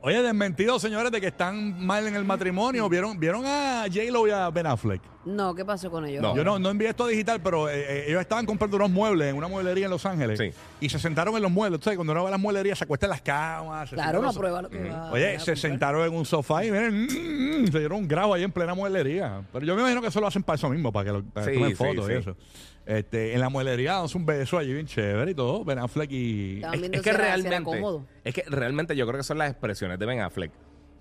Oye, desmentido, señores, de que están mal en el matrimonio. ¿Vieron, vieron a J-Lo y a Ben Affleck? No, ¿qué pasó con ellos? No. Yo no, no envié esto digital, pero eh, eh, ellos estaban comprando unos muebles en una mueblería en Los Ángeles. Sí. Y se sentaron en los muebles. Entonces, cuando uno va a las mueblerías, se acuesta en las camas. se sienta Claro, en no los- prueba lo que va Oye, a se comprar. sentaron en un sofá y miren, mm, mm, se dieron un grabo ahí en plena mueblería. Pero yo me imagino que eso lo hacen para eso mismo, para que lo para que Sí, tomen sí, fotos y sí. eso. Este, en la mueblería dándose un beso allí bien chévere y todo. Ben Affleck y... Estaban Es, viendo es que si era- si era realmente, cómodo. es que realmente yo creo que son las expresiones de Ben Affleck.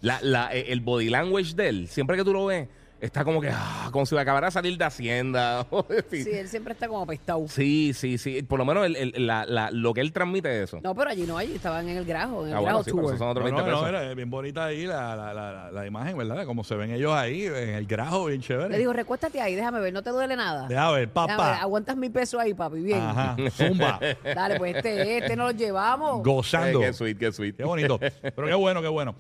La, la- eh, el body language de él, siempre que tú lo ves, está como que, ah, como si acabara de salir de Hacienda. sí, Sí, él siempre está como apestado. sí, sí, Por lo menos el- el- la- la- lo que él transmite de eso. No, pero allí no, allí estaban en el grajo, en el grajo Ah, bueno, sí, pero tour. esos son otros Eh, No, 20 no, no, pesos. era eh, bien bonita ahí la, la, la, la- la imagen, ¿verdad? Como se ven ellos ahí, en el grajo, bien chévere. Le digo, recuéstate ahí, déjame ver, no te duele nada. Deja ver, Déjame ver, papá. aguantas mi peso ahí, papi, bien. Ajá, zumba, Dale, pues este, este, nos lo llevamos. gozando. Eh, qué sweet, qué sweet. Qué bonito. Pero qué bueno, qué bueno.